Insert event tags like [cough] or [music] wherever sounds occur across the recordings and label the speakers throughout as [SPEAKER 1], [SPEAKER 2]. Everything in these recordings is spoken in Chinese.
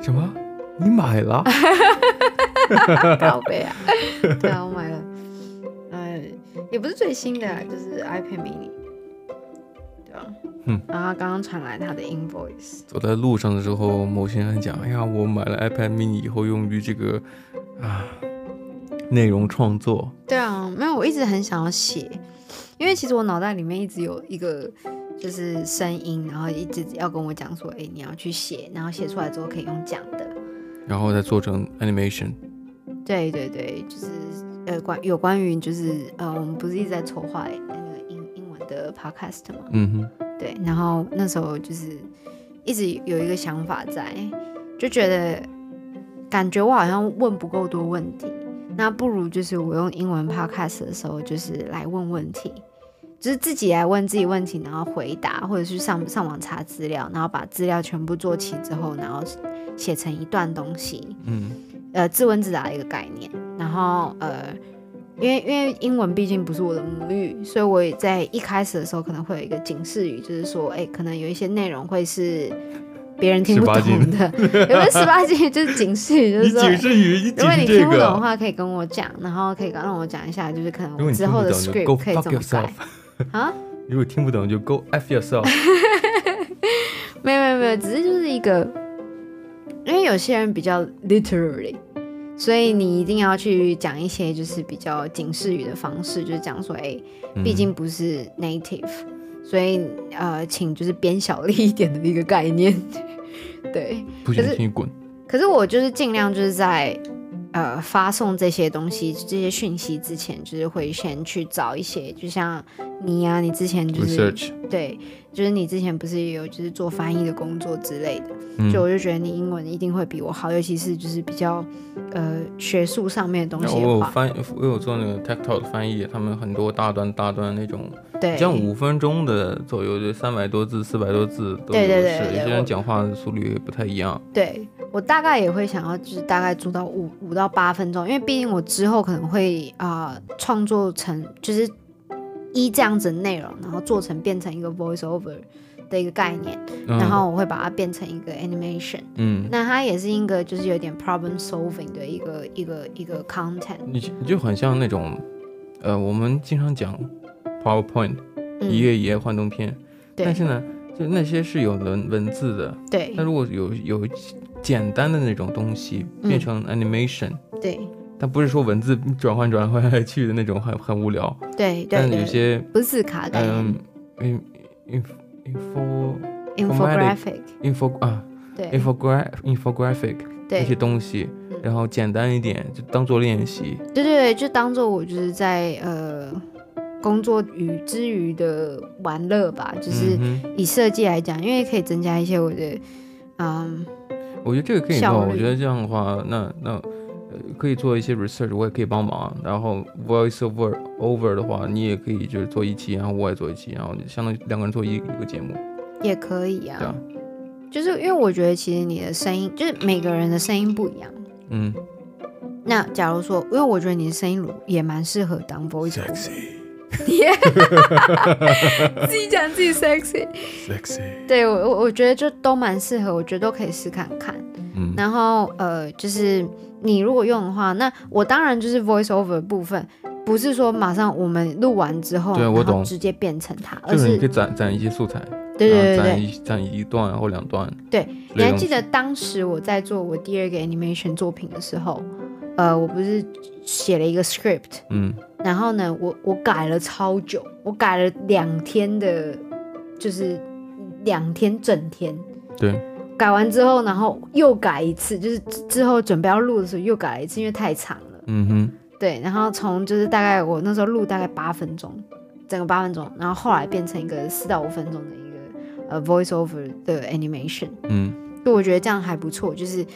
[SPEAKER 1] 什么？你买
[SPEAKER 2] [laughs]
[SPEAKER 1] 了？
[SPEAKER 2] 告白啊！对啊，我买了，呃，也不是最新的啊，就是 iPad mini，对吧、
[SPEAKER 1] 嗯。
[SPEAKER 2] 然后刚刚传来他的 invoice，
[SPEAKER 1] 走在路上的时候，某些人讲：“哎呀，我买了 iPad mini 以后用于这个啊内容创作。
[SPEAKER 2] 对啊，没有，我一直很想要写，因为其实我脑袋里面一直有一个就是声音，然后一直要跟我讲说，哎、你要去写，然后写出来之后可以用讲的。”
[SPEAKER 1] 然后再做成 animation。
[SPEAKER 2] 对对对，就是呃关有关于就是呃我们不是一直在筹划那个英英文的 podcast 吗？
[SPEAKER 1] 嗯哼，
[SPEAKER 2] 对，然后那时候就是一直有一个想法在，就觉得感觉我好像问不够多问题，那不如就是我用英文 podcast 的时候，就是来问问题，就是自己来问自己问题，然后回答，或者去上上网查资料，然后把资料全部做齐之后，然后写成一段东西，
[SPEAKER 1] 嗯
[SPEAKER 2] 呃自问自答的一个概念。然后呃，因为因为英文毕竟不是我的母语，所以我也在一开始的时候可能会有一个警示语，就是说，哎，可能有一些内容会是别人听不
[SPEAKER 1] 18禁
[SPEAKER 2] 懂的， [laughs] 有没有十八禁？就是警示语，就是说。
[SPEAKER 1] 示语，你
[SPEAKER 2] 如果你听不懂的，话，可以跟我讲，然后可以让我讲一下，就是可能
[SPEAKER 1] 如果
[SPEAKER 2] 我
[SPEAKER 1] 你
[SPEAKER 2] 之
[SPEAKER 1] 听
[SPEAKER 2] 后
[SPEAKER 1] 不
[SPEAKER 2] 的
[SPEAKER 1] 懂就 go
[SPEAKER 2] script 可以
[SPEAKER 1] fuck
[SPEAKER 2] 怎么改
[SPEAKER 1] yourself。
[SPEAKER 2] 啊？
[SPEAKER 1] 如果听不懂就 go f yourself。
[SPEAKER 2] 没有没有没有，只是就是一个，因为有些人比较 literally，所以你一定要去讲一些就是比较警示语的方式，就是讲说，哎、 [laughs]
[SPEAKER 1] 嗯
[SPEAKER 2] 毕竟不是 native，、所以呃，请就是编小力一点的一个概念， [laughs] 对。
[SPEAKER 1] 嗯不行，
[SPEAKER 2] 可是
[SPEAKER 1] 请你滚。
[SPEAKER 2] 可是我就是尽量就是在呃发送这些东西、这些讯息之前，就是会先去找一些，就像你啊，你之前就是
[SPEAKER 1] research，
[SPEAKER 2] 对，就是你之前不是也有就是做翻译的工作之类的，
[SPEAKER 1] 嗯
[SPEAKER 2] 就我就觉得你英文一定会比我好，尤其是就是比较呃学术上面的东
[SPEAKER 1] 那
[SPEAKER 2] 西
[SPEAKER 1] 我
[SPEAKER 2] 的
[SPEAKER 1] 有
[SPEAKER 2] 话，
[SPEAKER 1] 翻，我有做那个 tech talk 的翻译，他们很多大段大段那种，
[SPEAKER 2] 对，
[SPEAKER 1] 像五分钟的左右，就三百多字、四百多字都有
[SPEAKER 2] 对对
[SPEAKER 1] 的
[SPEAKER 2] 对
[SPEAKER 1] 是。
[SPEAKER 2] 对
[SPEAKER 1] 有些
[SPEAKER 2] 我
[SPEAKER 1] 人讲话的速率也不太一样。
[SPEAKER 2] 对我大概也会想要，就是大概做到五五到八分钟，因为毕竟我之后可能会啊、呃创作成就是依这样子的内容，然后做成变成一个 voiceover 的一个概念，
[SPEAKER 1] 嗯
[SPEAKER 2] 然后我会把它变成一个 animation。
[SPEAKER 1] 嗯，
[SPEAKER 2] 那它也是一个就是有点 problem solving 的一个一个一个 content。
[SPEAKER 1] 你你就很像那种，呃，我们经常讲 PowerPoint，一
[SPEAKER 2] 嗯，
[SPEAKER 1] 页一页幻灯片，但
[SPEAKER 2] 对
[SPEAKER 1] 是呢，就那些是有文文字的，
[SPEAKER 2] 对
[SPEAKER 1] 那如果有有简单的那种东西
[SPEAKER 2] 嗯
[SPEAKER 1] 变成 animation，、
[SPEAKER 2] 对
[SPEAKER 1] 但不是说文字 [laughs] 转换转换来去的那种很很无聊，
[SPEAKER 2] 对对
[SPEAKER 1] 但有
[SPEAKER 2] 对，
[SPEAKER 1] 些
[SPEAKER 2] 不是字卡概
[SPEAKER 1] 嗯
[SPEAKER 2] 念、
[SPEAKER 1] in in info
[SPEAKER 2] ，infographic，
[SPEAKER 1] info 啊
[SPEAKER 2] 对
[SPEAKER 1] infograph infographic 那
[SPEAKER 2] 对
[SPEAKER 1] 些东西，
[SPEAKER 2] 嗯
[SPEAKER 1] 然后简单一点就当做练习，
[SPEAKER 2] 对对对，就当做我就是在呃工作与之余的玩乐吧，就是
[SPEAKER 1] 嗯哼，
[SPEAKER 2] 以设计来讲，因为可以增加一些我的嗯
[SPEAKER 1] 我觉得这个可以
[SPEAKER 2] 效
[SPEAKER 1] 做，
[SPEAKER 2] 率
[SPEAKER 1] 我觉得这样的话，那那呃可以做一些 research，我也可以帮忙，然后 voice over over 的话，你也可以就是做一期，然后我也做一期，然后相当于两个人做一一个节目，
[SPEAKER 2] 也可以
[SPEAKER 1] 对
[SPEAKER 2] 啊
[SPEAKER 1] 啊，，
[SPEAKER 2] 就是因为我觉得其实你的声音就是每个人的声音不一样。
[SPEAKER 1] 嗯，
[SPEAKER 2] 那假如说，因为我觉得你的声音也蛮适合当 voice，自己讲自己 sexy，
[SPEAKER 1] sexy，
[SPEAKER 2] 对我我我觉得就都蛮适合，我觉得都可以试看看。
[SPEAKER 1] 嗯，
[SPEAKER 2] 然后呃，就是你如果用的话，那我当然就是 voice over 部分，不是说马上我们录完之后，
[SPEAKER 1] 对
[SPEAKER 2] 然
[SPEAKER 1] 我
[SPEAKER 2] 后
[SPEAKER 1] 懂
[SPEAKER 2] 直接变成它，而
[SPEAKER 1] 就是你
[SPEAKER 2] 是
[SPEAKER 1] 可以攒攒一些素材，
[SPEAKER 2] 对对对
[SPEAKER 1] 然后攒
[SPEAKER 2] 对。
[SPEAKER 1] 一攒一段或两段，
[SPEAKER 2] 对
[SPEAKER 1] 之
[SPEAKER 2] 你
[SPEAKER 1] 类的东西，
[SPEAKER 2] 还记得当时我在做我第二个 animation 作品的时候，呃，我不是写了一个 script，
[SPEAKER 1] 嗯，
[SPEAKER 2] 然后呢，我我改了超久，我改了两天的，就是两天整天。
[SPEAKER 1] 对，
[SPEAKER 2] 改完之后，然后又改一次，就是之之后准备要录的时候又改了一次，因为太长了。
[SPEAKER 1] 嗯哼。
[SPEAKER 2] 对，然后从就是大概我那时候录大概八分钟，整个八分钟，然后后来变成一个四到五分钟的一个呃 voice over 的 animation，
[SPEAKER 1] 嗯，
[SPEAKER 2] 所以我觉得这样还不错。就是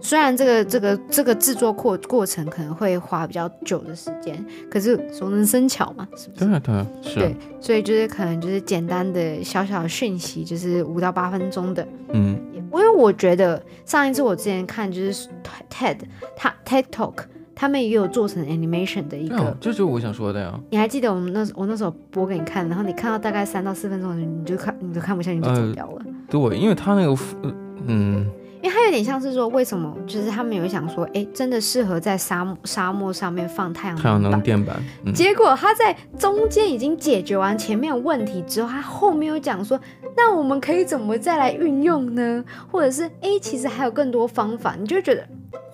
[SPEAKER 2] 虽然这个这个这个制作过过程可能会花比较久的时间，可是熟能生巧嘛，是不
[SPEAKER 1] 对
[SPEAKER 2] 是？
[SPEAKER 1] 啊，对啊，是啊
[SPEAKER 2] 对，所以就是可能就是简单的小小的讯息，就是五到八分钟的
[SPEAKER 1] 嗯
[SPEAKER 2] 因为我觉得上一次我之前看就是 TED，他 TED Talk，他们也有做成 animation 的一个。
[SPEAKER 1] 哦，这就是我想说的呀。
[SPEAKER 2] 你还记得我们那我那时候播给你看，然后你看到大概三到四分钟，你就看你都看不下去，你就走掉了。
[SPEAKER 1] 对，因为他那个服，呃嗯，
[SPEAKER 2] 因为它有点像是说，为什么就是他们有想说，哎，真的适合在沙漠沙漠上面放太阳
[SPEAKER 1] 太阳
[SPEAKER 2] 能
[SPEAKER 1] 能
[SPEAKER 2] 板。
[SPEAKER 1] 电板，嗯，
[SPEAKER 2] 结果他在中间已经解决完前面的问题之后，他后面又讲说，那我们可以怎么再来运用呢？或者是哎，其实还有更多方法，你就会觉得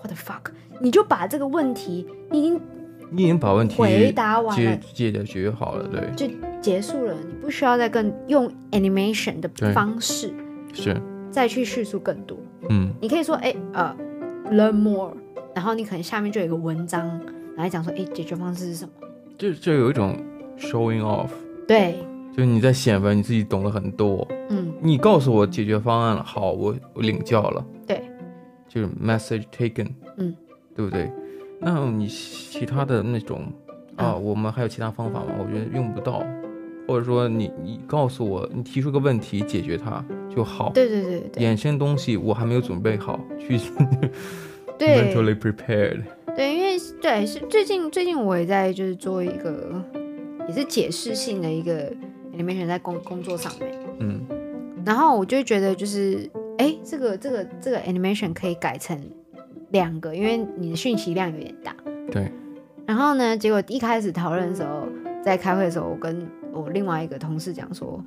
[SPEAKER 2] what the fuck，你就把这个问题你已经
[SPEAKER 1] 你已经把问题
[SPEAKER 2] 回答完了
[SPEAKER 1] 解，解解决好了，对，
[SPEAKER 2] 就结束了，你不需要再更用 animation 的
[SPEAKER 1] 对
[SPEAKER 2] 方式
[SPEAKER 1] 是，
[SPEAKER 2] 再去叙述更多。
[SPEAKER 1] 嗯，
[SPEAKER 2] 你可以说，哎、呃，learn more，然后你可能下面就有一个文章来讲说，哎、解决方式是什么？
[SPEAKER 1] 这这有一种 showing off，
[SPEAKER 2] 对，
[SPEAKER 1] 就是你在显摆你自己懂得很多，
[SPEAKER 2] 嗯，
[SPEAKER 1] 你告诉我解决方案了，好，我我领教了，
[SPEAKER 2] 对，
[SPEAKER 1] 就是 message taken，
[SPEAKER 2] 嗯，
[SPEAKER 1] 对不对？那你其他的那种啊，
[SPEAKER 2] 嗯
[SPEAKER 1] 我们还有其他方法吗？我觉得用不到，或者说你你告诉我，你提出个问题解决它就好，
[SPEAKER 2] 对对对对对
[SPEAKER 1] 衍生东西我还没有准备好，去
[SPEAKER 2] 对
[SPEAKER 1] mentally prepared，
[SPEAKER 2] 对，因为对是最近最近我也在就是做一个也是解释性的一个 animation 在工工作上面，
[SPEAKER 1] 嗯，
[SPEAKER 2] 然后我就会觉得就是，哎、这个这个这个 animation 可以改成两个，因为你的讯息量有点大。
[SPEAKER 1] 对。
[SPEAKER 2] 然后呢，结果一开始讨论的时候，在开会的时候，我跟我另外一个同事讲说，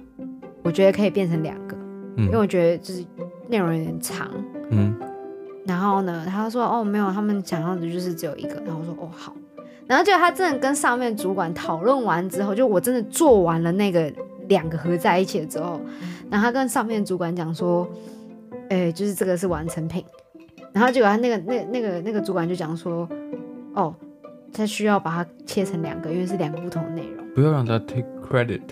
[SPEAKER 2] 我觉得可以变成两个，
[SPEAKER 1] 嗯
[SPEAKER 2] 因为我觉得就是内容有点长。
[SPEAKER 1] 嗯，
[SPEAKER 2] 然后呢，他说哦没有，他们想要的就是只有一个。然后我说哦好。然后结果他真的跟上面主管讨论完之后，就我真的做完了那个两个合在一起了之后，
[SPEAKER 1] 嗯
[SPEAKER 2] 然后他跟上面主管讲说，诶，就是这个是完成品。然后结果他那个那那个那个主管就讲说，哦，他需要把它切成两个，因为是两个不同的内容。
[SPEAKER 1] 不要让他 take credit，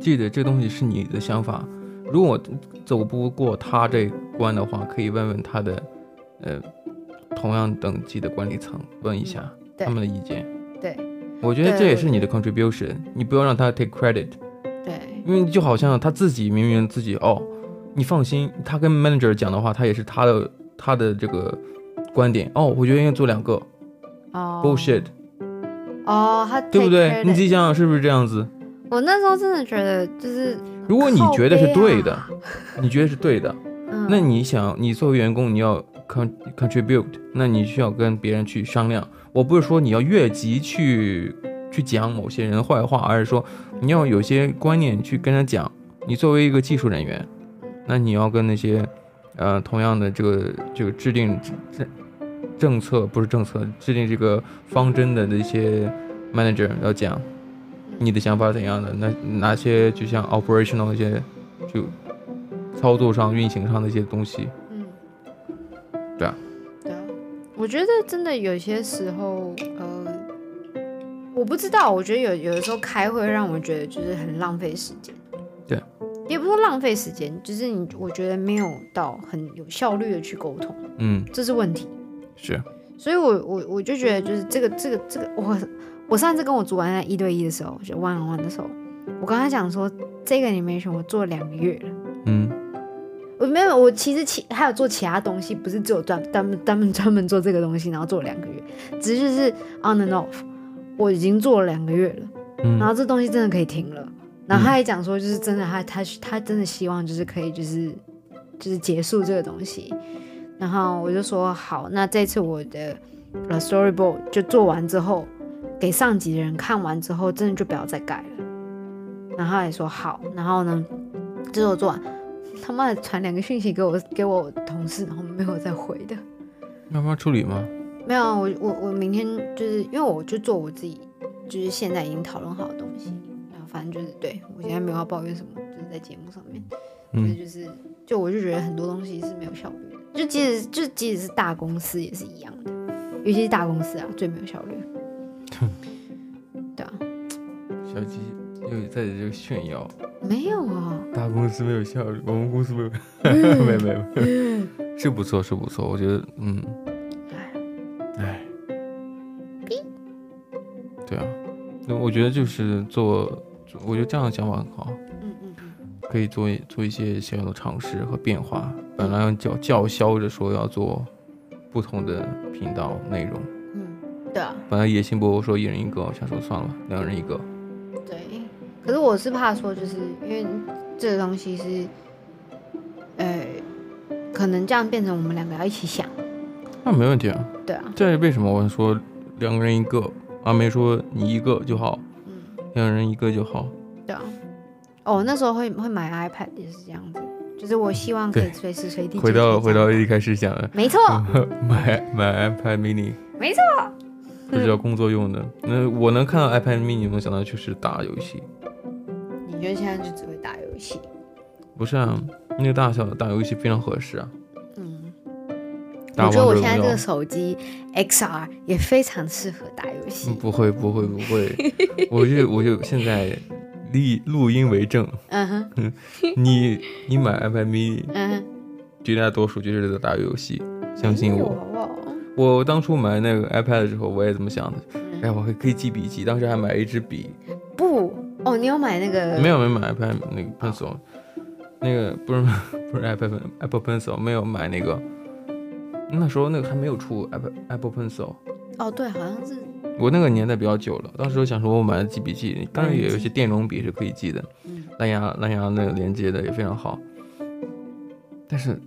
[SPEAKER 1] 记得这东西是你的想法。如果走不过他这关的话，可以问问他的，呃，同样等级的管理层，问一下
[SPEAKER 2] 对
[SPEAKER 1] 他们的意见。
[SPEAKER 2] 对
[SPEAKER 1] 我觉得
[SPEAKER 2] 对
[SPEAKER 1] 这也
[SPEAKER 2] 我
[SPEAKER 1] 是你的 contribution，你不要让他 take credit，
[SPEAKER 2] 对
[SPEAKER 1] 因为就好像他自己明明自己哦，你放心，他跟 manager 讲的话，他也是他的他的这个观点哦，我觉得应该做两个、
[SPEAKER 2] 哦
[SPEAKER 1] bullshit，
[SPEAKER 2] 哦，他
[SPEAKER 1] 对不
[SPEAKER 2] take
[SPEAKER 1] 对？你
[SPEAKER 2] credit
[SPEAKER 1] 自己想想是不是这样子？
[SPEAKER 2] 我那时候真的觉得就是，
[SPEAKER 1] 如果你
[SPEAKER 2] 靠
[SPEAKER 1] 觉得是
[SPEAKER 2] 背
[SPEAKER 1] 对
[SPEAKER 2] 啊
[SPEAKER 1] 的，你觉得是对的，
[SPEAKER 2] 嗯、
[SPEAKER 1] 那你想，你作为员工，你要 con contribute，那你需要跟别人去商量。我不是说你要越级去去讲某些人的坏话，而是说你要有些观念去跟他讲。你作为一个技术人员，那你要跟那些呃同样的这个这个制定政政策不是政策，制定这个方针的那些 manager 要讲你的想法是怎样的，那哪些就像 operational 一些就操作上、运行上的一些东西。
[SPEAKER 2] 嗯，
[SPEAKER 1] 对啊，
[SPEAKER 2] 对啊，我觉得真的有些时候，呃，我不知道，我觉得有有的时候开会让我觉得就是很浪费时间。
[SPEAKER 1] 对，
[SPEAKER 2] 也不是说浪费时间，就是你我觉得没有到很有效率的去沟通，
[SPEAKER 1] 嗯，
[SPEAKER 2] 这是问题。
[SPEAKER 1] 是，
[SPEAKER 2] 所以我我我就觉得就是这个这个这个，我我上次跟我主管在一对一的时候，就 one on one 的时候，我跟他讲说这个 animation 我做两个月了。
[SPEAKER 1] 嗯
[SPEAKER 2] 我没有，我其实其还有做其他东西，不是只有专专门专门专门做这个东西，然后做两个月，只是就是 on and off，我已经做了两个月了，然
[SPEAKER 1] 嗯
[SPEAKER 2] 后这东西真的可以停了。然后他也讲说，就是真的他，他他真的希望就是可以就是就是结束这个东西。然后我就说好，那这次我的呃 storyboard 就做完之后，给上级的人看完之后，真的就不要再改了。然后他也说好，然后呢，就是我做完，他妈的传两个讯息给我给我同事，然后没有再回的。
[SPEAKER 1] 慢慢处理嘛。
[SPEAKER 2] 没有，啊我我我明天就是因为我就做我自己，就是现在已经讨论好的东西，然后反正就是对我现在没有要抱怨什么，就是在节目上面，所以
[SPEAKER 1] 嗯
[SPEAKER 2] 就是就我就觉得很多东西是没有效率的，就即使就即使是大公司也是一样的，尤其是大公司啊最没有效率。对啊，
[SPEAKER 1] 小鸡又在这个炫耀，
[SPEAKER 2] 没有啊，
[SPEAKER 1] 大公司没有效率，我们公司没有， [laughs]
[SPEAKER 2] 嗯
[SPEAKER 1] 没有没有没有，是不错是不错，我觉得嗯，
[SPEAKER 2] 哎
[SPEAKER 1] 哎，对啊，那我觉得就是做，我觉得这样的想法很好，
[SPEAKER 2] 嗯嗯嗯，
[SPEAKER 1] 可以做做一些小小的尝试和变化。本来叫叫嚣着说要做不同的频道内容，
[SPEAKER 2] 嗯，对啊，
[SPEAKER 1] 本来野心勃勃说一人一个，我想说算了，两人一个。
[SPEAKER 2] 对，可是我是怕说，就是因为这个东西是，呃，可能这样变成我们两个要一起想，
[SPEAKER 1] 那没问题啊。
[SPEAKER 2] 对啊，
[SPEAKER 1] 这为什么我说两个人一个，阿梅说你一个就好，
[SPEAKER 2] 嗯，
[SPEAKER 1] 两人一个就好。
[SPEAKER 2] 对啊。哦，那时候会会买 iPad 也是这样子，就是我希望可以
[SPEAKER 1] 对
[SPEAKER 2] 随时随地
[SPEAKER 1] 回
[SPEAKER 2] 解决
[SPEAKER 1] 到回
[SPEAKER 2] 这样
[SPEAKER 1] 到一开嗯始讲的，
[SPEAKER 2] 没错，
[SPEAKER 1] [laughs] 买买 iPad mini，
[SPEAKER 2] 没错，嗯
[SPEAKER 1] 不是要工作用的。那我能看到 iPad mini，能想到就是打游戏，
[SPEAKER 2] 你就现在就只会打游戏，
[SPEAKER 1] 不是啊？那个大小打游戏非常合适啊。
[SPEAKER 2] 嗯，
[SPEAKER 1] 打
[SPEAKER 2] 我觉得我
[SPEAKER 1] 王者
[SPEAKER 2] 现在
[SPEAKER 1] 荣
[SPEAKER 2] 这
[SPEAKER 1] 耀
[SPEAKER 2] 个。手机 XR 也非常适合打游戏
[SPEAKER 1] 嗯，不会不会不会，我就我就现在立录音为证，
[SPEAKER 2] 嗯哼，
[SPEAKER 1] 你你买 iPad mini，
[SPEAKER 2] 嗯哼，
[SPEAKER 1] 绝大多数就是在打游戏，相信
[SPEAKER 2] 没有
[SPEAKER 1] 我。
[SPEAKER 2] 好不好？
[SPEAKER 1] 我当初买那个 iPad 的时候，我也这么想的。
[SPEAKER 2] 嗯
[SPEAKER 1] 哎，我还可以记笔记，当时还买了一支笔，
[SPEAKER 2] 不，哦，你有买那个
[SPEAKER 1] 没有没买 iPad 那个 pencil，那个不是 [laughs] 不是 iPad pen- Apple pencil，没有买那个。那时候那个还没有出 Apple Apple pencil，
[SPEAKER 2] 哦，对，好像是，
[SPEAKER 1] 我那个年代比较久了。当时我想说，我买了记笔记，当然也有一些电容笔是可以记的，
[SPEAKER 2] 嗯，
[SPEAKER 1] 蓝牙蓝牙那个连接的也非常好。但是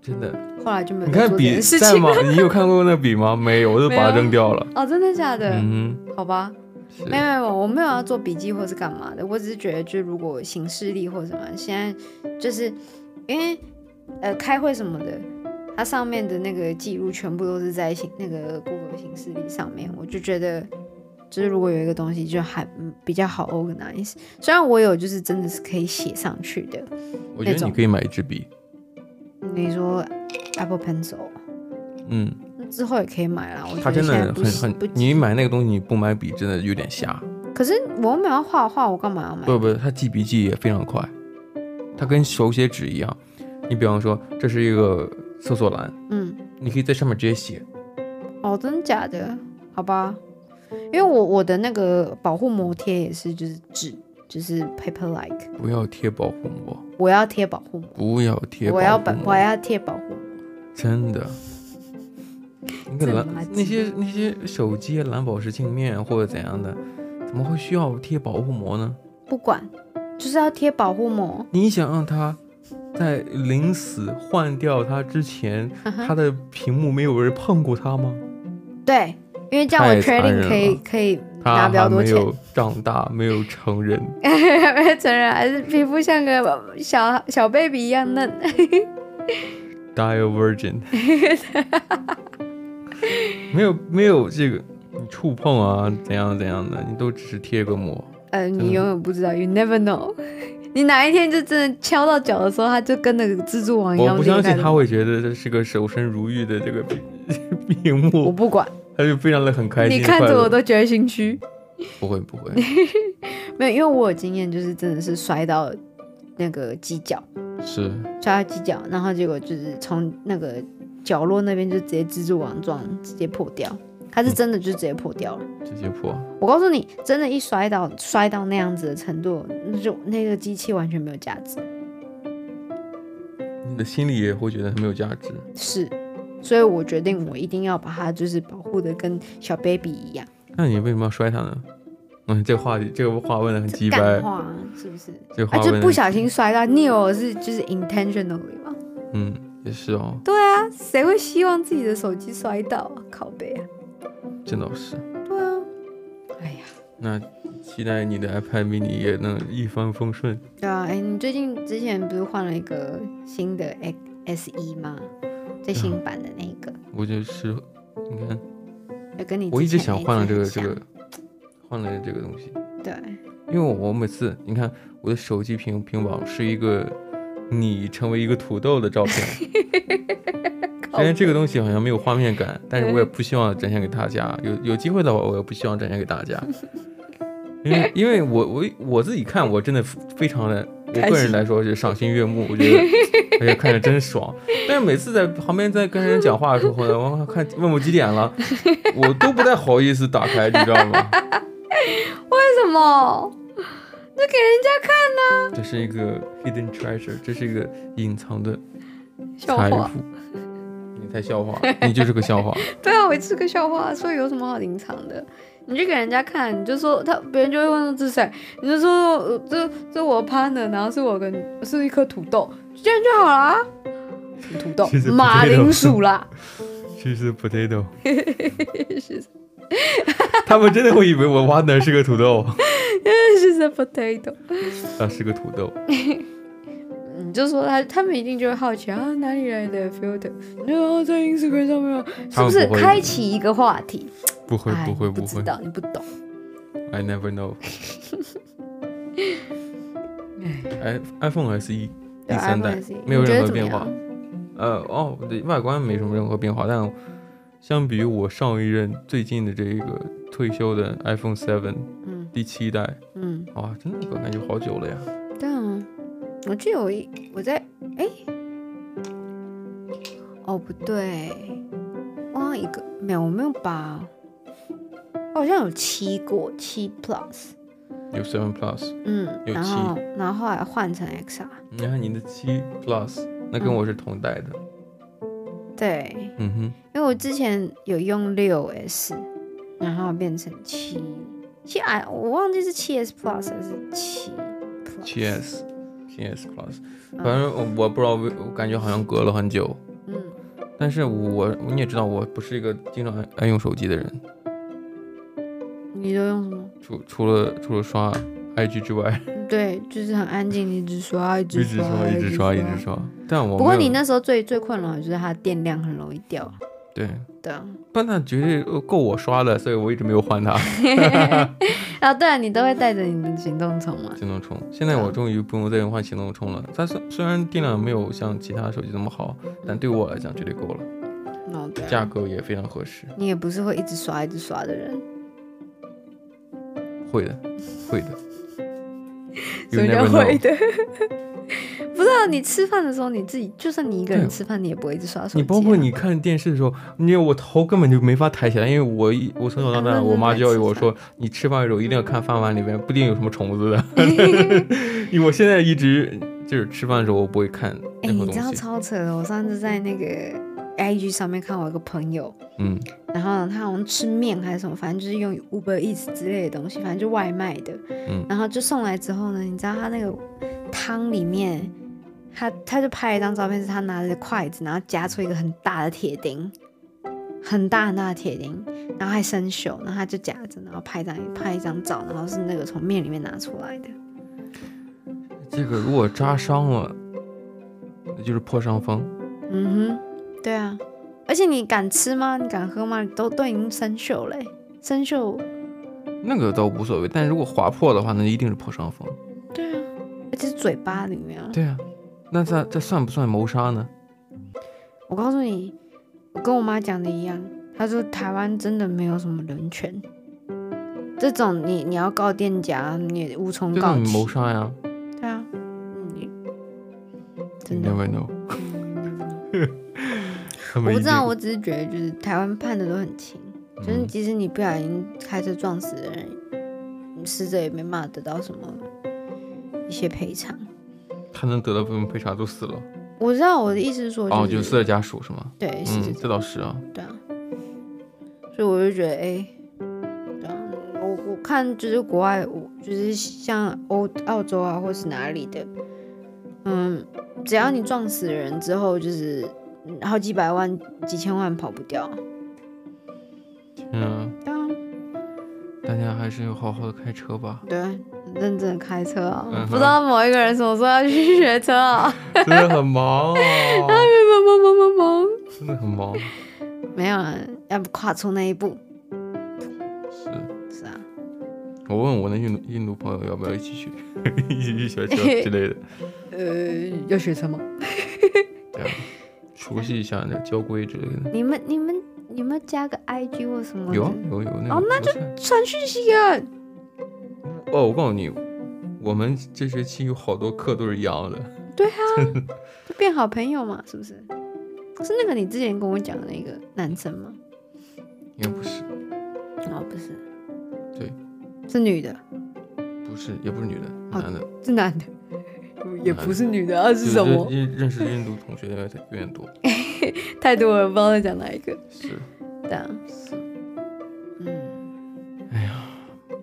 [SPEAKER 1] 真的，
[SPEAKER 2] 后来就没有
[SPEAKER 1] 你
[SPEAKER 2] 再
[SPEAKER 1] 看
[SPEAKER 2] 做这
[SPEAKER 1] 笔
[SPEAKER 2] 件事
[SPEAKER 1] 在
[SPEAKER 2] 情。
[SPEAKER 1] 吗？你有看过那笔
[SPEAKER 2] [laughs]
[SPEAKER 1] 吗？没有，我都把它扔掉了。
[SPEAKER 2] 哦，真的假的？
[SPEAKER 1] 嗯
[SPEAKER 2] 好吧，
[SPEAKER 1] 哼，是
[SPEAKER 2] 没有没有，没有我没有要做笔记或是干嘛的，我只是觉得，就如果行事历或什么，现在就是因为呃开会什么的，它上面的那个记录全部都是在行那个 Google 行事历上面，我就觉得。就是如果有一个东西就还嗯比较好 organize，虽然我有就是真的是可以写上去的，
[SPEAKER 1] 我觉
[SPEAKER 2] 那
[SPEAKER 1] 得
[SPEAKER 2] 种
[SPEAKER 1] 你可以买一支笔，
[SPEAKER 2] 你说 Apple Pencil
[SPEAKER 1] 嗯，
[SPEAKER 2] 那之后也可以买啦，我觉
[SPEAKER 1] 它
[SPEAKER 2] 得
[SPEAKER 1] 真
[SPEAKER 2] 现在
[SPEAKER 1] 的
[SPEAKER 2] 不
[SPEAKER 1] 很
[SPEAKER 2] 行不
[SPEAKER 1] 很，
[SPEAKER 2] 急
[SPEAKER 1] 你买那个东西你不买笔真的有点瞎。
[SPEAKER 2] 可是我又没有要画画，我干嘛要买？
[SPEAKER 1] 不不，它记笔记也非常快，它跟手写纸一样。你比方说这是一个厕所栏，
[SPEAKER 2] 嗯，
[SPEAKER 1] 你可以在上面直接写。
[SPEAKER 2] 哦，真的假的？好吧，因为我我的那个保护膜贴也是就是纸，就是 paper like，
[SPEAKER 1] 不要贴保护膜，
[SPEAKER 2] 我要贴保护膜，
[SPEAKER 1] 不要贴保
[SPEAKER 2] 我要
[SPEAKER 1] 护
[SPEAKER 2] 本我
[SPEAKER 1] 膜，
[SPEAKER 2] 要贴保护膜，
[SPEAKER 1] 真
[SPEAKER 2] [laughs]
[SPEAKER 1] 的。那个
[SPEAKER 2] 这
[SPEAKER 1] 蓝
[SPEAKER 2] 垃
[SPEAKER 1] 那
[SPEAKER 2] 圾
[SPEAKER 1] 些那些手机啊蓝宝石镜面或者怎样的，怎么会需要贴保护膜呢？
[SPEAKER 2] 不管，就是要贴保护膜。
[SPEAKER 1] 你想让它在临死换掉它之前，它的屏幕没有人碰过它吗？
[SPEAKER 2] 对，因为这样我
[SPEAKER 1] 太
[SPEAKER 2] 确
[SPEAKER 1] 残忍
[SPEAKER 2] 定可以
[SPEAKER 1] 了
[SPEAKER 2] 可以拿
[SPEAKER 1] 它
[SPEAKER 2] 比较
[SPEAKER 1] 还
[SPEAKER 2] 多
[SPEAKER 1] 没
[SPEAKER 2] 钱。
[SPEAKER 1] 有长大，没有成人，
[SPEAKER 2] 没 [laughs] 有承认，还是皮肤像个小小 baby 一样嫩。
[SPEAKER 1] die a virgin，没有没有这个你触碰啊怎样怎样的，你都只是贴个膜。
[SPEAKER 2] 呃，
[SPEAKER 1] 真
[SPEAKER 2] 你
[SPEAKER 1] 的
[SPEAKER 2] 永远不知道，you never know。你 [laughs] 哪一天就真的敲到脚的时候，它就跟那个蜘蛛网一样。
[SPEAKER 1] 我不相信他，会觉得这是个守身如玉的这个屏 [laughs] 屏
[SPEAKER 2] 我
[SPEAKER 1] 幕，
[SPEAKER 2] 不管，
[SPEAKER 1] 他就非常的很开心。
[SPEAKER 2] 你看着我
[SPEAKER 1] 的，
[SPEAKER 2] 都觉得心虚。
[SPEAKER 1] 不会不会，
[SPEAKER 2] 没有，因为我有经验，就是真的是摔到那个犄角，
[SPEAKER 1] 是
[SPEAKER 2] 摔到犄角，然后结果就是从那个角落那边就直接蜘蛛网状直接破掉，它是真的就直接破掉了。
[SPEAKER 1] 直接破。
[SPEAKER 2] 我告诉你，真的，一摔倒摔到那样子的程度，那就那个机器完全没有价值。
[SPEAKER 1] 你的心里也会觉得很没有价值。
[SPEAKER 2] 是，所以我决定我一定要把它就是保护的跟小 baby 一样，
[SPEAKER 1] 那你为什么要摔他呢？嗯，这个话题这个话问的很鸡
[SPEAKER 2] 干
[SPEAKER 1] 掰，
[SPEAKER 2] 话啊是不是？
[SPEAKER 1] 这个
[SPEAKER 2] 啊，
[SPEAKER 1] 话
[SPEAKER 2] 就
[SPEAKER 1] 问得
[SPEAKER 2] 不小心摔到 Neo 是就是 intentionally 嘛？
[SPEAKER 1] 嗯也是哦，
[SPEAKER 2] 啊，谁会希望自己的手机摔到啊？靠背啊？
[SPEAKER 1] 这倒是。
[SPEAKER 2] 对啊，哎呀，
[SPEAKER 1] 那期待你的 iPad mini 也能一帆风顺。
[SPEAKER 2] 对啊，哎，你最近之前不是换了一个新的 S 一吗？最新版的那一个，
[SPEAKER 1] 我就是，你看，
[SPEAKER 2] 就跟你
[SPEAKER 1] 我一直
[SPEAKER 2] 之前
[SPEAKER 1] 想
[SPEAKER 2] 那
[SPEAKER 1] 换了
[SPEAKER 2] 只
[SPEAKER 1] 这个
[SPEAKER 2] 很
[SPEAKER 1] 这
[SPEAKER 2] 像
[SPEAKER 1] 个，换了这个东西，
[SPEAKER 2] 对，
[SPEAKER 1] 因为我我每次你看我的手机屏屏保是一个你成为一个土豆的照片，虽
[SPEAKER 2] 哦
[SPEAKER 1] 然这个东西好像没有画面感，但是我也不希望展现给大家。有有机会的话，我也不希望展现给大家，
[SPEAKER 2] [laughs]
[SPEAKER 1] 因为因为我我我自己看，我真的非常的，我
[SPEAKER 2] 开
[SPEAKER 1] 个人
[SPEAKER 2] 心
[SPEAKER 1] 来说是赏心悦目，我觉得而且看着真爽。但是每次在旁边在跟人讲话的时候呢，我看问我几点了，我都不太好意思打开，你知道吗？
[SPEAKER 2] 为什么？就给人家看
[SPEAKER 1] 这是一个 hidden treasure，这是一个隐藏的
[SPEAKER 2] 笑
[SPEAKER 1] 财
[SPEAKER 2] 话。
[SPEAKER 1] 富。你才笑话，你就是个笑话。
[SPEAKER 2] 对啊，我是个笑话，所以有什么好隐藏的？你就给人家看，你就说他，别人就会问说这是谁，你就说呃这这我 partner，然后是我跟是一颗土豆，就这样就好啦。什么土豆
[SPEAKER 1] 其实？不
[SPEAKER 2] 马
[SPEAKER 1] 对哦
[SPEAKER 2] 铃薯啦。
[SPEAKER 1] 其实
[SPEAKER 2] [laughs]
[SPEAKER 1] potato，他们真的会以为我挖的是个土
[SPEAKER 2] [laughs]
[SPEAKER 1] 豆，
[SPEAKER 2] 是 the potato。
[SPEAKER 1] 啊，是个土豆。
[SPEAKER 2] 你就说他，他们一定就会好奇啊，哪里来的 filter？你说在 Instagram 上面吗，是
[SPEAKER 1] 他们
[SPEAKER 2] 是
[SPEAKER 1] 不会
[SPEAKER 2] 开启一个话题？
[SPEAKER 1] 不会，
[SPEAKER 2] 哎
[SPEAKER 1] 不会，
[SPEAKER 2] 你不
[SPEAKER 1] 不
[SPEAKER 2] 知
[SPEAKER 1] 会
[SPEAKER 2] 道，你不懂。
[SPEAKER 1] ，I never
[SPEAKER 2] [laughs]
[SPEAKER 1] know。哎，iPhone SE 第
[SPEAKER 2] 对
[SPEAKER 1] 三代
[SPEAKER 2] iPhone SE
[SPEAKER 1] 没有
[SPEAKER 2] 你觉
[SPEAKER 1] 任
[SPEAKER 2] 得
[SPEAKER 1] 何
[SPEAKER 2] 怎么
[SPEAKER 1] 变化
[SPEAKER 2] 样。
[SPEAKER 1] 呃，哦，我的外观没什么任何变化，但相比于我上一任最近的这一个退休的 iPhone Seven
[SPEAKER 2] 嗯
[SPEAKER 1] 第七代，
[SPEAKER 2] 嗯，
[SPEAKER 1] 哇，真的感觉好久了呀。
[SPEAKER 2] 对啊，我记得我一我在哎，哦不对，我好像一个没有，我没有把，我好像有七过七 plus，
[SPEAKER 1] 有 Seven Plus，
[SPEAKER 2] 嗯，
[SPEAKER 1] 有
[SPEAKER 2] 然
[SPEAKER 1] 七
[SPEAKER 2] 后然后后来换成 XR，
[SPEAKER 1] 你看你的七 Plus，那跟
[SPEAKER 2] 嗯
[SPEAKER 1] 我是同代的。
[SPEAKER 2] 对，
[SPEAKER 1] 嗯哼，
[SPEAKER 2] 因为我之前有用六 S，然后变成七七 I，我忘记是七 S Plus 还是七 Plus。
[SPEAKER 1] 七 S。PS Plus，反正我我不知道为，我感觉好像隔了很久，
[SPEAKER 2] 嗯，
[SPEAKER 1] 但是我你也知道，我不是一个经常爱爱用手机的人，
[SPEAKER 2] 你都用什么？
[SPEAKER 1] 除除了除了刷 IG 之外，
[SPEAKER 2] 对，就是很安静，一直刷，一直
[SPEAKER 1] 一直刷，
[SPEAKER 2] 刷，
[SPEAKER 1] 一直刷，一直
[SPEAKER 2] 刷。
[SPEAKER 1] 刷。但我
[SPEAKER 2] 不过
[SPEAKER 1] 没有
[SPEAKER 2] 你那时候最最困扰的就是它电量很容易掉，
[SPEAKER 1] 对，
[SPEAKER 2] 对啊。
[SPEAKER 1] 但它绝对够我刷的，所以我一直没有换
[SPEAKER 2] [laughs]
[SPEAKER 1] 它。
[SPEAKER 2] 啊，对啊，你都会带着你的行动充嘛？
[SPEAKER 1] 行动充，现在我终于不用再用换行动充了。它虽虽然电量没有像其他手机那么好，但对我来讲绝对够了，
[SPEAKER 2] 哦，对啊、
[SPEAKER 1] 价格也非常合适。
[SPEAKER 2] 你也不是会一直刷一直刷的人，
[SPEAKER 1] 会的，会
[SPEAKER 2] [laughs]
[SPEAKER 1] 的。You
[SPEAKER 2] 所以就
[SPEAKER 1] never
[SPEAKER 2] 会
[SPEAKER 1] know，
[SPEAKER 2] 的。 [laughs] 不知道你吃饭的时候，你自己就算你一个人
[SPEAKER 1] 对
[SPEAKER 2] 吃饭，你也不会一直刷手机啊、
[SPEAKER 1] 你包括你看电视的时候，因为我头根本就没法抬起来，因为我一我从小到
[SPEAKER 2] 啊
[SPEAKER 1] 大，
[SPEAKER 2] 那
[SPEAKER 1] 我妈
[SPEAKER 2] 那
[SPEAKER 1] 教育
[SPEAKER 2] 吃
[SPEAKER 1] 我
[SPEAKER 2] 饭
[SPEAKER 1] 说，你吃饭的时候一定要看饭碗里面不一定有什么虫子的。 [laughs] 因为我现在一直就是吃饭的时候，我不会看
[SPEAKER 2] 哎、
[SPEAKER 1] 任何
[SPEAKER 2] 你
[SPEAKER 1] 东
[SPEAKER 2] 知道
[SPEAKER 1] 西。
[SPEAKER 2] 超扯的！我上次在那个 IG 上面看我一个朋友，
[SPEAKER 1] 嗯，
[SPEAKER 2] 然后他好像吃面还是什么，反正就是用 Uber Eats 之类的东西，反正就外卖的。
[SPEAKER 1] 嗯
[SPEAKER 2] 然后就送来之后呢，你知道他那个汤里面，他他就拍了一张照片，是他拿着筷子，然后夹出一个很大的铁钉，很大很大的铁钉，然后还生锈，然后他就夹着，然后拍一张拍一张照，然后是那个从面里面拿出来的。
[SPEAKER 1] 这个如果扎伤了，那就是破伤风。
[SPEAKER 2] 嗯哼，对啊，而且你敢吃吗？你敢喝吗？你都都已经生锈嘞、生锈，
[SPEAKER 1] 那个倒无所谓，但如果划破的话，那一定是破伤风。
[SPEAKER 2] 对啊，而且是嘴巴里面啊。
[SPEAKER 1] 对啊，那这这算不算谋杀呢？
[SPEAKER 2] 我告诉你，我跟我妈讲的一样，她说台湾真的没有什么人权，这种你你要告店家，你也无从
[SPEAKER 1] 这
[SPEAKER 2] 告
[SPEAKER 1] 算谋
[SPEAKER 2] 起。
[SPEAKER 1] 杀呀
[SPEAKER 2] 对啊，嗯，
[SPEAKER 1] ？You
[SPEAKER 2] 真的。
[SPEAKER 1] never
[SPEAKER 2] [laughs]
[SPEAKER 1] know。他
[SPEAKER 2] 我
[SPEAKER 1] 们
[SPEAKER 2] 不
[SPEAKER 1] 一
[SPEAKER 2] 知道，
[SPEAKER 1] 定
[SPEAKER 2] 我只是觉得就是台湾判的都很轻，就是
[SPEAKER 1] 嗯
[SPEAKER 2] 即使你不小心开车撞死的人，你死者也没办法得到什么一些赔偿。
[SPEAKER 1] 他能得到部分赔偿都死了。
[SPEAKER 2] 我知道我的意思是说、
[SPEAKER 1] 哦，
[SPEAKER 2] 就
[SPEAKER 1] 就是死者家属是吗？
[SPEAKER 2] 对，是
[SPEAKER 1] 嗯，这倒是啊。
[SPEAKER 2] 对啊，所以我就觉得，哎、对啊，我我看就是国外，我就是像欧澳洲啊，或是哪里的，嗯，只要你撞死人之后，就是嗯好几百万、几千万跑不掉。 [laughs]
[SPEAKER 1] 嗯，
[SPEAKER 2] 对啊，
[SPEAKER 1] 大家还是要好好的开车吧。
[SPEAKER 2] 对啊，认真的开车啊！
[SPEAKER 1] 嗯哼
[SPEAKER 2] 不知道某一个人什么时候要去学车 [laughs] 啊？
[SPEAKER 1] 真的很
[SPEAKER 2] [laughs]
[SPEAKER 1] 忙啊，
[SPEAKER 2] 萌萌萌萌萌，
[SPEAKER 1] 真的很忙。
[SPEAKER 2] 没有啊，要不跨出那一步，
[SPEAKER 1] 是
[SPEAKER 2] 是啊，
[SPEAKER 1] 我问我那印度印度朋友要不要一起去， [laughs] 一起去学车之类
[SPEAKER 2] [laughs]
[SPEAKER 1] 的，
[SPEAKER 2] 呃，要学车吗？
[SPEAKER 1] 对啊，熟悉一下那交规之类的。
[SPEAKER 2] 你们你们你们加个 IG 或什么的？
[SPEAKER 1] 有啊有有那
[SPEAKER 2] 哦
[SPEAKER 1] 个。那就
[SPEAKER 2] 传讯息啊！
[SPEAKER 1] 哦，我告诉你，我们这学期有好多课都是一样的。
[SPEAKER 2] 对啊，就变好朋友嘛，是不是？是那个你之前跟我讲的那个男生吗？
[SPEAKER 1] 应该不是，
[SPEAKER 2] 哦，不是，
[SPEAKER 1] 对，
[SPEAKER 2] 是女的，
[SPEAKER 1] 不是，也不是女的，
[SPEAKER 2] 哦
[SPEAKER 1] 男的。
[SPEAKER 2] 是男的，也不是女的啊，
[SPEAKER 1] 就是
[SPEAKER 2] 什么？
[SPEAKER 1] 认认识印度同学越来越多，
[SPEAKER 2] 太多了，不知道在讲哪一个。
[SPEAKER 1] 是
[SPEAKER 2] 对啊，
[SPEAKER 1] 是
[SPEAKER 2] 嗯，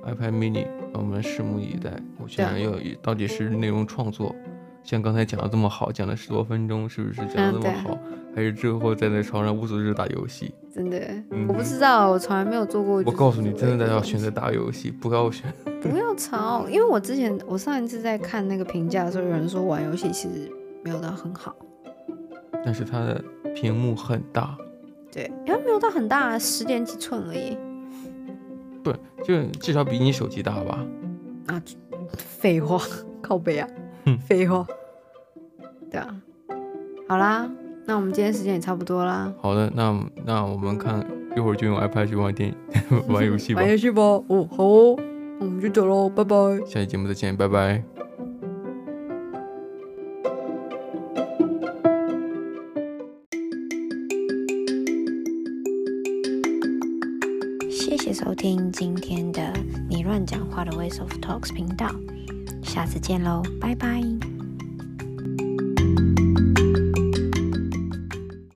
[SPEAKER 1] iPad mini，让我们拭目以待。我
[SPEAKER 2] 对
[SPEAKER 1] 现
[SPEAKER 2] 啊
[SPEAKER 1] 在又到底是内容创作，像刚才讲的这么好，讲了十多分钟，是不是讲的
[SPEAKER 2] 嗯
[SPEAKER 1] 这
[SPEAKER 2] 对
[SPEAKER 1] 么
[SPEAKER 2] 啊
[SPEAKER 1] 好？还是最后站在床上无所事事打游戏？
[SPEAKER 2] 真的，
[SPEAKER 1] 嗯
[SPEAKER 2] 我不知道，我从来没有做过。
[SPEAKER 1] 我告诉你，真的要
[SPEAKER 2] 选
[SPEAKER 1] 选
[SPEAKER 2] 择。
[SPEAKER 1] 择打游戏，不要选。
[SPEAKER 2] 不要吵，因为我之前我上一次在看那个评价的时候，有人说玩游戏其实没有到很好，
[SPEAKER 1] 但是它的屏幕很大，
[SPEAKER 2] 对，因哎为没有到很大，啊十点几寸而已。
[SPEAKER 1] 对，就至少比你手机大吧？
[SPEAKER 2] 啊，废话，靠背啊，废话，对啊，好啦，那我们今天时间也差不多啦，
[SPEAKER 1] 好的，那那我们看一会儿就用 iPad 去玩电 [laughs] 玩游戏吧
[SPEAKER 2] 玩。游戏吧，哦，好哦，我们就走喽，拜拜。
[SPEAKER 1] 下期节目再见，拜拜。
[SPEAKER 3] 谢谢收听今天的你乱讲话的 Ways of Talks 频道，下次见喽，拜拜。